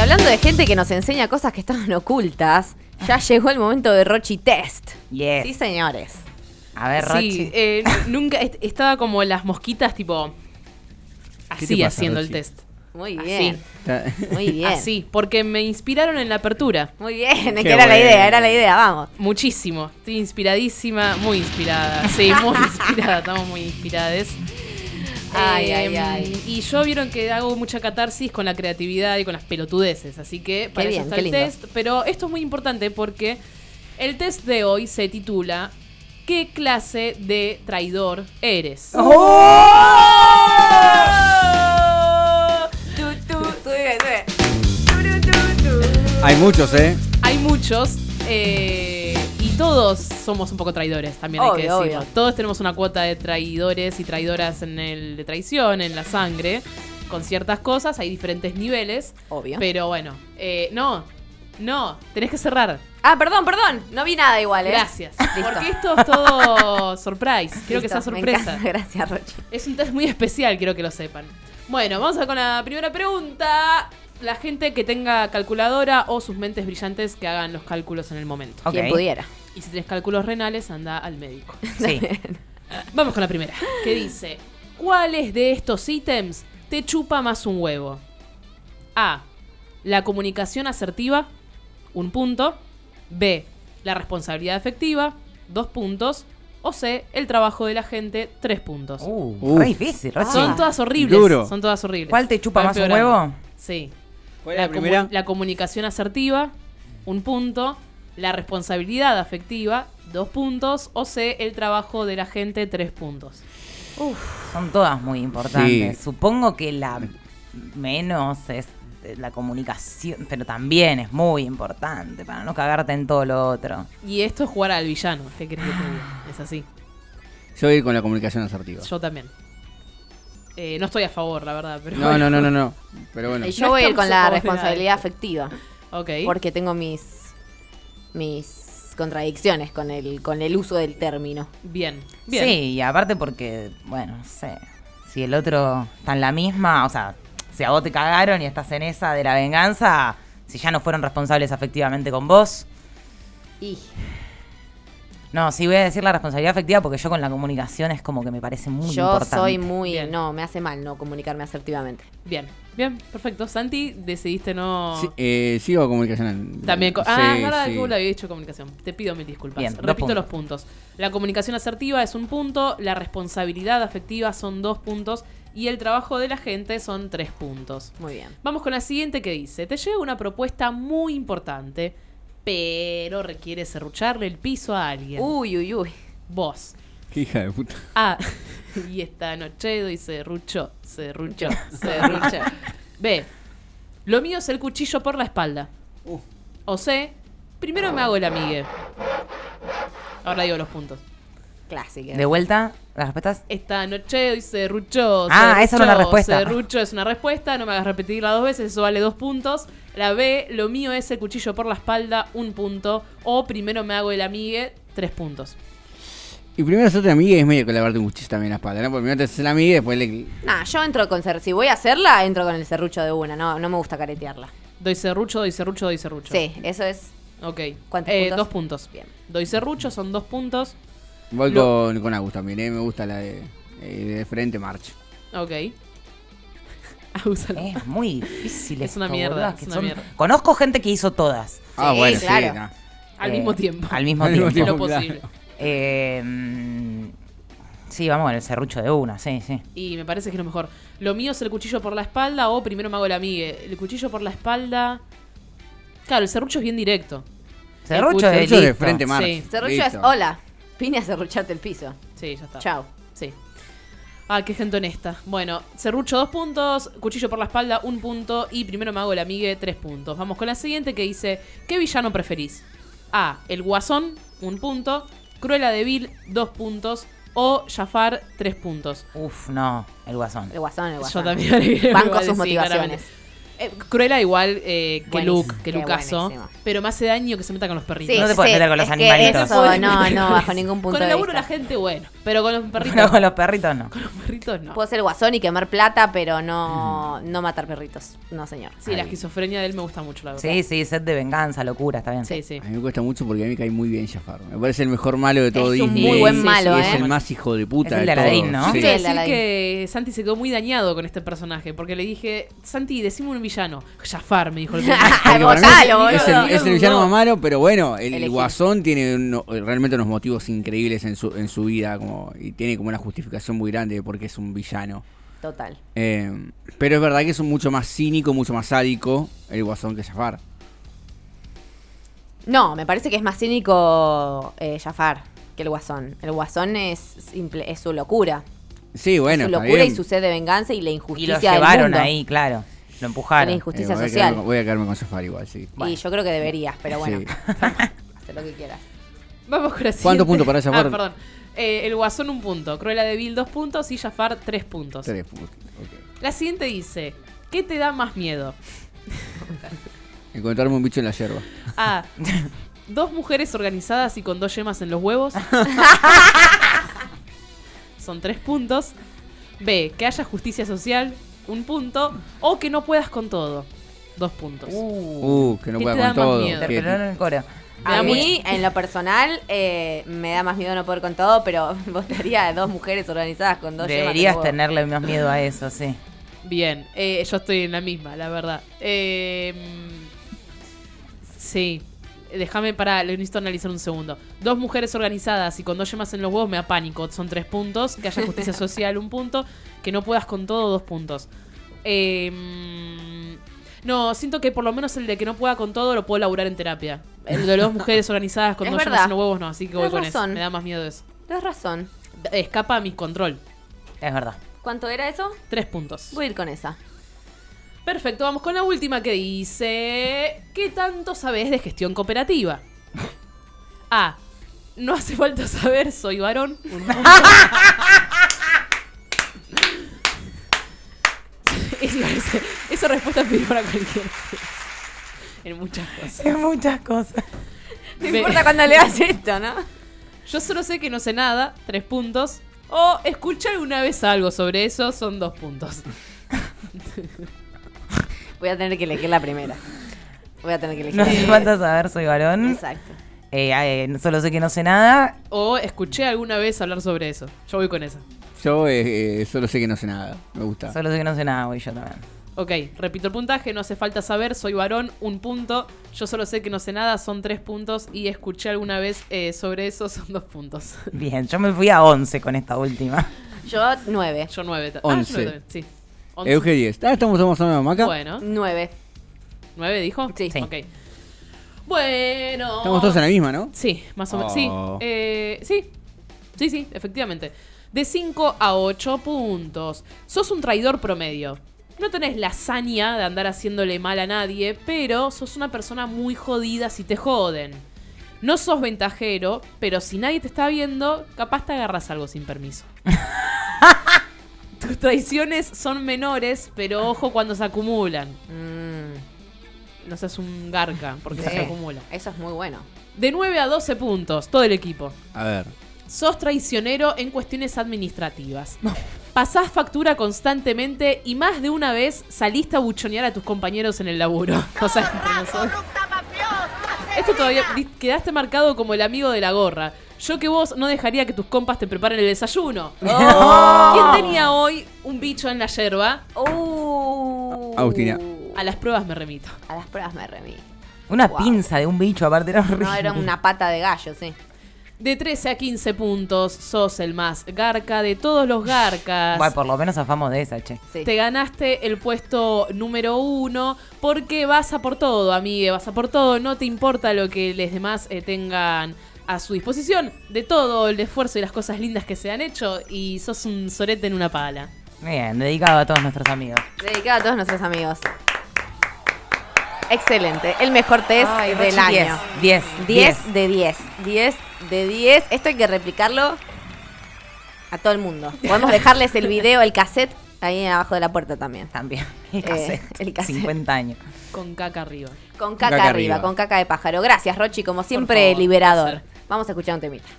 hablando de gente que nos enseña cosas que estaban ocultas, ya llegó el momento de Rochi Test. Yes. Sí, señores. A ver, Sí, Rochi. eh, nunca est- estaba como las mosquitas, tipo así pasa, haciendo el Rochi? test. Muy Así. bien. eh, Ta- Muy bien. Así, porque me inspiraron en la apertura. Muy bien. Es Qué que era la bueno. idea, era la idea, vamos. Muchísimo. Estoy inspiradísima, muy inspirada. Sí, muy inspirada, estamos muy inspiradas. Ay, Eh, ay, ay. Y yo vieron que hago mucha catarsis con la creatividad y con las pelotudeces, así que para bien, eso está qué el lindo. test. Pero esto es muy importante porque el test de hoy se titula ¿Qué clase de traidor eres? ¡Oh! Tú, tú, sube, sube. Hay muchos, ¿eh? Hay muchos eh, y todos somos un poco traidores también, hay que Obvio, decirlo. obvio. Todos tenemos una cuota de traidores y traidoras en el de traición, en la sangre, con ciertas cosas, hay diferentes niveles, Obvio. pero bueno, eh, no, no, tenés que cerrar. Ah, perdón, perdón. No vi nada igual, ¿eh? Gracias. Listo. Porque esto es todo surprise, quiero que sea Listo, me sorpresa. encanta. Gracias, Rochi. Es un test muy especial, quiero que lo sepan. Bueno, vamos a con la primera pregunta. La gente que tenga calculadora o sus mentes brillantes que hagan los cálculos en el momento. Ok. Quien pudiera. Y si tenés cálculos renales, anda al médico. Sí. Vamos con la primera, que dice, ¿cuáles de estos ítems te chupa más un huevo? A, la comunicación asertiva, un punto. B, la responsabilidad efectiva, dos puntos. O C, el trabajo de la gente, tres puntos. Uh, Uf. re difícil, Rochi. Son todas horribles. Ah. Duro. Son todas horribles. ¿Cuál te chupa Van más un empeorando. huevo? Sí. ¿Cuál era la comu- primera? la comunicación asertiva, un punto. La responsabilidad afectiva, dos puntos. O C, el trabajo de la gente, tres puntos. Son todas muy importantes. Sí. Supongo que la menos es la comunicación, pero también es muy importante para no cagarte en todo lo otro. Y esto es jugar al villano. ¿Qué querés que te diga? Es así. Yo voy a ir con la comunicación asertiva. Yo también. Eh, no estoy a favor, la verdad, pero. No, no, no, no, no. Pero bueno. Y yo voy a ir estamos con la soportados. responsabilidad afectiva. Ok. Porque tengo mis. mis contradicciones con el, con el uso del término. Bien. Bien. Sí, y aparte porque, bueno, no sé, si el otro está en la misma, o sea, si a vos te cagaron y estás en esa de la venganza, si ya no fueron responsables afectivamente con vos. Y. No, sí voy a decir la responsabilidad afectiva porque yo con la comunicación es como que me parece muy yo importante. soy muy. Bien. No, me hace mal no comunicarme asertivamente. Bien. Bien. Perfecto. Santi, decidiste no. Sí, eh, sigo comunicación. También. co- Sí, ah, es verdad sí. que vos lo había dicho comunicación. Te pido mil disculpas. Bien, dos Repito los puntos. La comunicación asertiva es un punto, la responsabilidad afectiva son dos puntos y el trabajo de la gente son tres puntos. Muy bien. Vamos con la siguiente que dice: Te llega una propuesta muy importante, pero requiere serrucharle el piso a alguien. Uy, uy, uy. Vos. Qué hija de puta. A. Y esta noche doy serrucho, serrucho, serrucho. B. Lo mío es el cuchillo por la espalda. O C. Primero me hago el amigue. Ahora digo los puntos. Clásica. De vuelta, las respuestas. Esta noche doy serrucho. Ah, esa no es la serrucho, respuesta. Serrucho es una respuesta, no me hagas repetirla dos veces, eso vale dos puntos. La B, lo mío es el cuchillo por la espalda, un punto. O primero me hago el amigue, tres puntos. Y primero hacerte la amiga y es medio que lavarte un cuchillo también en la espalda, ¿no? Porque primero te haces la amiga y después le. Nah, Ah, yo entro con ser. Si voy a hacerla, entro con el serrucho de una. No, no me gusta caretearla. Doy serrucho, doy serrucho, doy serrucho. Sí, eso es. Ok. ¿Cuántos Eh, puntos? Dos puntos. Bien. Doy serrucho, son dos puntos. Voy Lo- con, con Agus también, ¿eh? Me gusta la de, eh, de frente marcha. Ok. Eh. Abúsalo. Es muy difícil Es una esto, mierda, boludas, es que una son- mierda. Conozco gente que hizo todas. ah, Sí, bueno, claro. sí. no. Al eh, mismo tiempo. Al mismo Al mismo tiempo. En lo tiempo, posible. claro. Eh, mm, sí, vamos con el serrucho de una, sí, sí. Y me parece que es lo mejor. Lo mío es el cuchillo por la espalda o primero me hago el amigue. El cuchillo por la espalda. Claro, el serrucho es bien directo. Serrucho de, Serrucho de listo. frente marcha. Sí. Serrucho Listo. es hola. Vine a serrucharte el piso. Sí, ya está. Chao. Sí. Ah, qué gente honesta. Bueno, serrucho dos puntos, cuchillo por la espalda un punto y primero me hago el amigue tres puntos. Vamos con la siguiente que dice, ¿qué villano preferís? A, el guasón, un punto, Cruella de Vil, dos puntos o Jafar, tres puntos. Uf, no, el guasón. El guasón, el guasón. Yo también agregué, Banco igual, sus sí, motivaciones. claramente. Eh, Cruella igual eh, que Buenísimo, Luke, que qué Lucaso. buenísimo. Pero me hace daño que se meta con los perritos. No te puedes meter con los es que animalitos. Eso, no, no, bajo ningún punto Con el de laburo vista. la gente, bueno. Pero con los perritos. Pero con los perritos no. Con los perritos no. Puedo ser guasón y quemar plata, pero no, Mm. no matar perritos. No, señor. Sí, la esquizofrenia de él me gusta mucho, la verdad. Sí, sí, set de venganza, locura, está bien. sí. sí. A mí me cuesta mucho porque a mí me cae muy bien Jafar. Me parece el mejor malo de todo Es un Disney. muy buen y malo, Es ¿eh? el más hijo de puta Es el de todos. Aladdin, ¿no? Sí. Sí. Quiero decir Aladdin. que Santi se quedó muy dañado con este personaje, porque le dije, Santi, decime un villano. Jafar, me dijo el primero. Porque para mí Votalo, es, boludo. el, es el villano más malo, pero bueno, el Elegí. Guasón tiene uno- realmente unos motivos increíbles en su, en su vida como, y tiene como una justificación muy grande de por qué es un villano. Total. Eh, pero es verdad que es un mucho más cínico, mucho más sádico el Guasón que Jafar. No, me parece que es más cínico eh, Jafar que el guasón. El guasón es, simple, es su locura. Sí, bueno, su está locura y bien. su sed de venganza y la Y injusticia lo del llevaron mundo. ahí, claro. Lo Y la empujaron. Eh, injusticia voy, a social. quedarme, voy a quedarme con Jafar igual, sí. Y yo creo que deberías, pero bueno, Sí. haz lo que quieras. Vamos con la ¿Cuántos siguiente. puntos para Jafar? Ah, perdón. Eh, el Guasón un punto, Cruella de Vil dos puntos y Jafar tres puntos. Tres puntos, ok. La siguiente dice, ¿qué te da más miedo? Encontrarme un bicho en la yerba. A. Ah, Dos mujeres organizadas y con dos yemas en los huevos. Son tres puntos. B. Que haya justicia social. Un punto. O que no puedas con todo. Dos puntos. Uh, Uh, que no ¿Qué pueda te da con más todo. miedo? que- interpelaron el coro. Me da A mí, en lo personal, eh, me da más miedo no poder con todo, pero votaría a dos mujeres organizadas con dos yemas en Deberías huevo. tenerle más miedo a eso, sí. Bien. Eh, yo estoy en la misma, la verdad. Eh, mm, sí. Déjame para, lo necesito analizar un segundo. Dos mujeres organizadas y con dos yemas en los huevos me da pánico. Son tres puntos. Que haya justicia social, un punto. Que no puedas con todo, dos puntos. Eh, mm, no, siento que por lo menos el de que no pueda con todo lo puedo laburar en terapia. El de las dos mujeres organizadas con Es dos verdad. yemas en los huevos no, así que voy Tenés con razón. eso. Me da más miedo eso. Tienes razón. Escapa a mi control. Es verdad. ¿Cuánto era eso? Tres puntos. Voy a ir con esa. Perfecto, vamos con la última que dice: ¿Qué tanto sabes de gestión cooperativa? A. No hace falta saber, soy varón. Un punto. Es- esa- Esa respuesta pidió para cualquiera. En muchas cosas. Hay muchas cosas. No Ve- importa cuando leas esto, ¿no? Yo solo sé que no sé nada, tres puntos. O escuché alguna vez algo sobre eso, son dos puntos. Voy a tener que elegir la primera. Voy a tener que elegir No la hace primera. falta saber, soy varón. Exacto. Eh, eh, solo sé que no sé nada. O escuché alguna vez hablar sobre eso. Yo voy con esa. Yo eh, eh, solo sé que no sé nada. Me gusta. Solo sé que no sé nada, voy yo también. Ok, repito el puntaje, no hace falta saber, soy varón, un punto. Yo solo sé que no sé nada, son tres puntos. Y escuché alguna vez eh, sobre eso, son dos puntos. Bien, yo me fui a 11 con esta última. Yo, nueve. Yo nueve. ta- ah, Once. yo nueve, sí. Once. Euge 10. Ah, estamos tomando una hamaca. Bueno, Nueve. nueve dijo. Sí. Sí. Ok. Bueno. Estamos todos en la misma, ¿no? Sí, más o menos. Oh. Sí, eh, sí, sí, sí, efectivamente. De 5 a 8 puntos. Sos un traidor promedio. No tenés la hazaña de andar haciéndole mal a nadie, pero sos una persona muy jodida si te joden. No sos ventajero, pero si nadie te está viendo, capaz te agarras algo sin permiso. Tus traiciones son menores, pero ojo cuando se acumulan. Mm, No seas un garca, porque sí. se acumula. Eso es muy bueno. De 9 a 12 puntos, todo el equipo. A ver. Sos traicionero en cuestiones administrativas. Pasás factura constantemente y más de una vez saliste a buchonear a tus compañeros en el laburo. O sea, entre nosotros. Esto todavía di- quedaste marcado como el amigo de la gorra. Yo que vos no dejaría que tus compas te preparen el desayuno. Oh. ¿Quién tenía hoy un bicho en la yerba? Uh. Agustina. A las pruebas me remito. A las pruebas me remito. Una Wow. pinza de un bicho, aparte era horrible. No, era una pata de gallo, sí. De 13 a 15 puntos, sos el más garca de todos los garcas. Bueno, por lo menos afamos de esa, che. sí. Te ganaste el puesto número uno porque vas a por todo, amigue, vas a por todo. No te importa lo que los demás eh, tengan a su disposición. De todo el esfuerzo y las cosas lindas que se han hecho y sos un sorete en una pala. Bien, dedicado a todos nuestros amigos. Dedicado a todos nuestros amigos. Excelente. El mejor test del año. 10. 10 de 10. 10 de 10. Esto hay que replicarlo a todo el mundo. Podemos dejarles el video, el cassette Ahí abajo de la puerta también. También. El Eh, cassette. el cassette. 50 años. Con caca arriba. Con caca, Caca arriba, arriba. con caca de pájaro. Gracias, Rochi, como siempre, favor, liberador. placer. Vamos a escuchar un temita.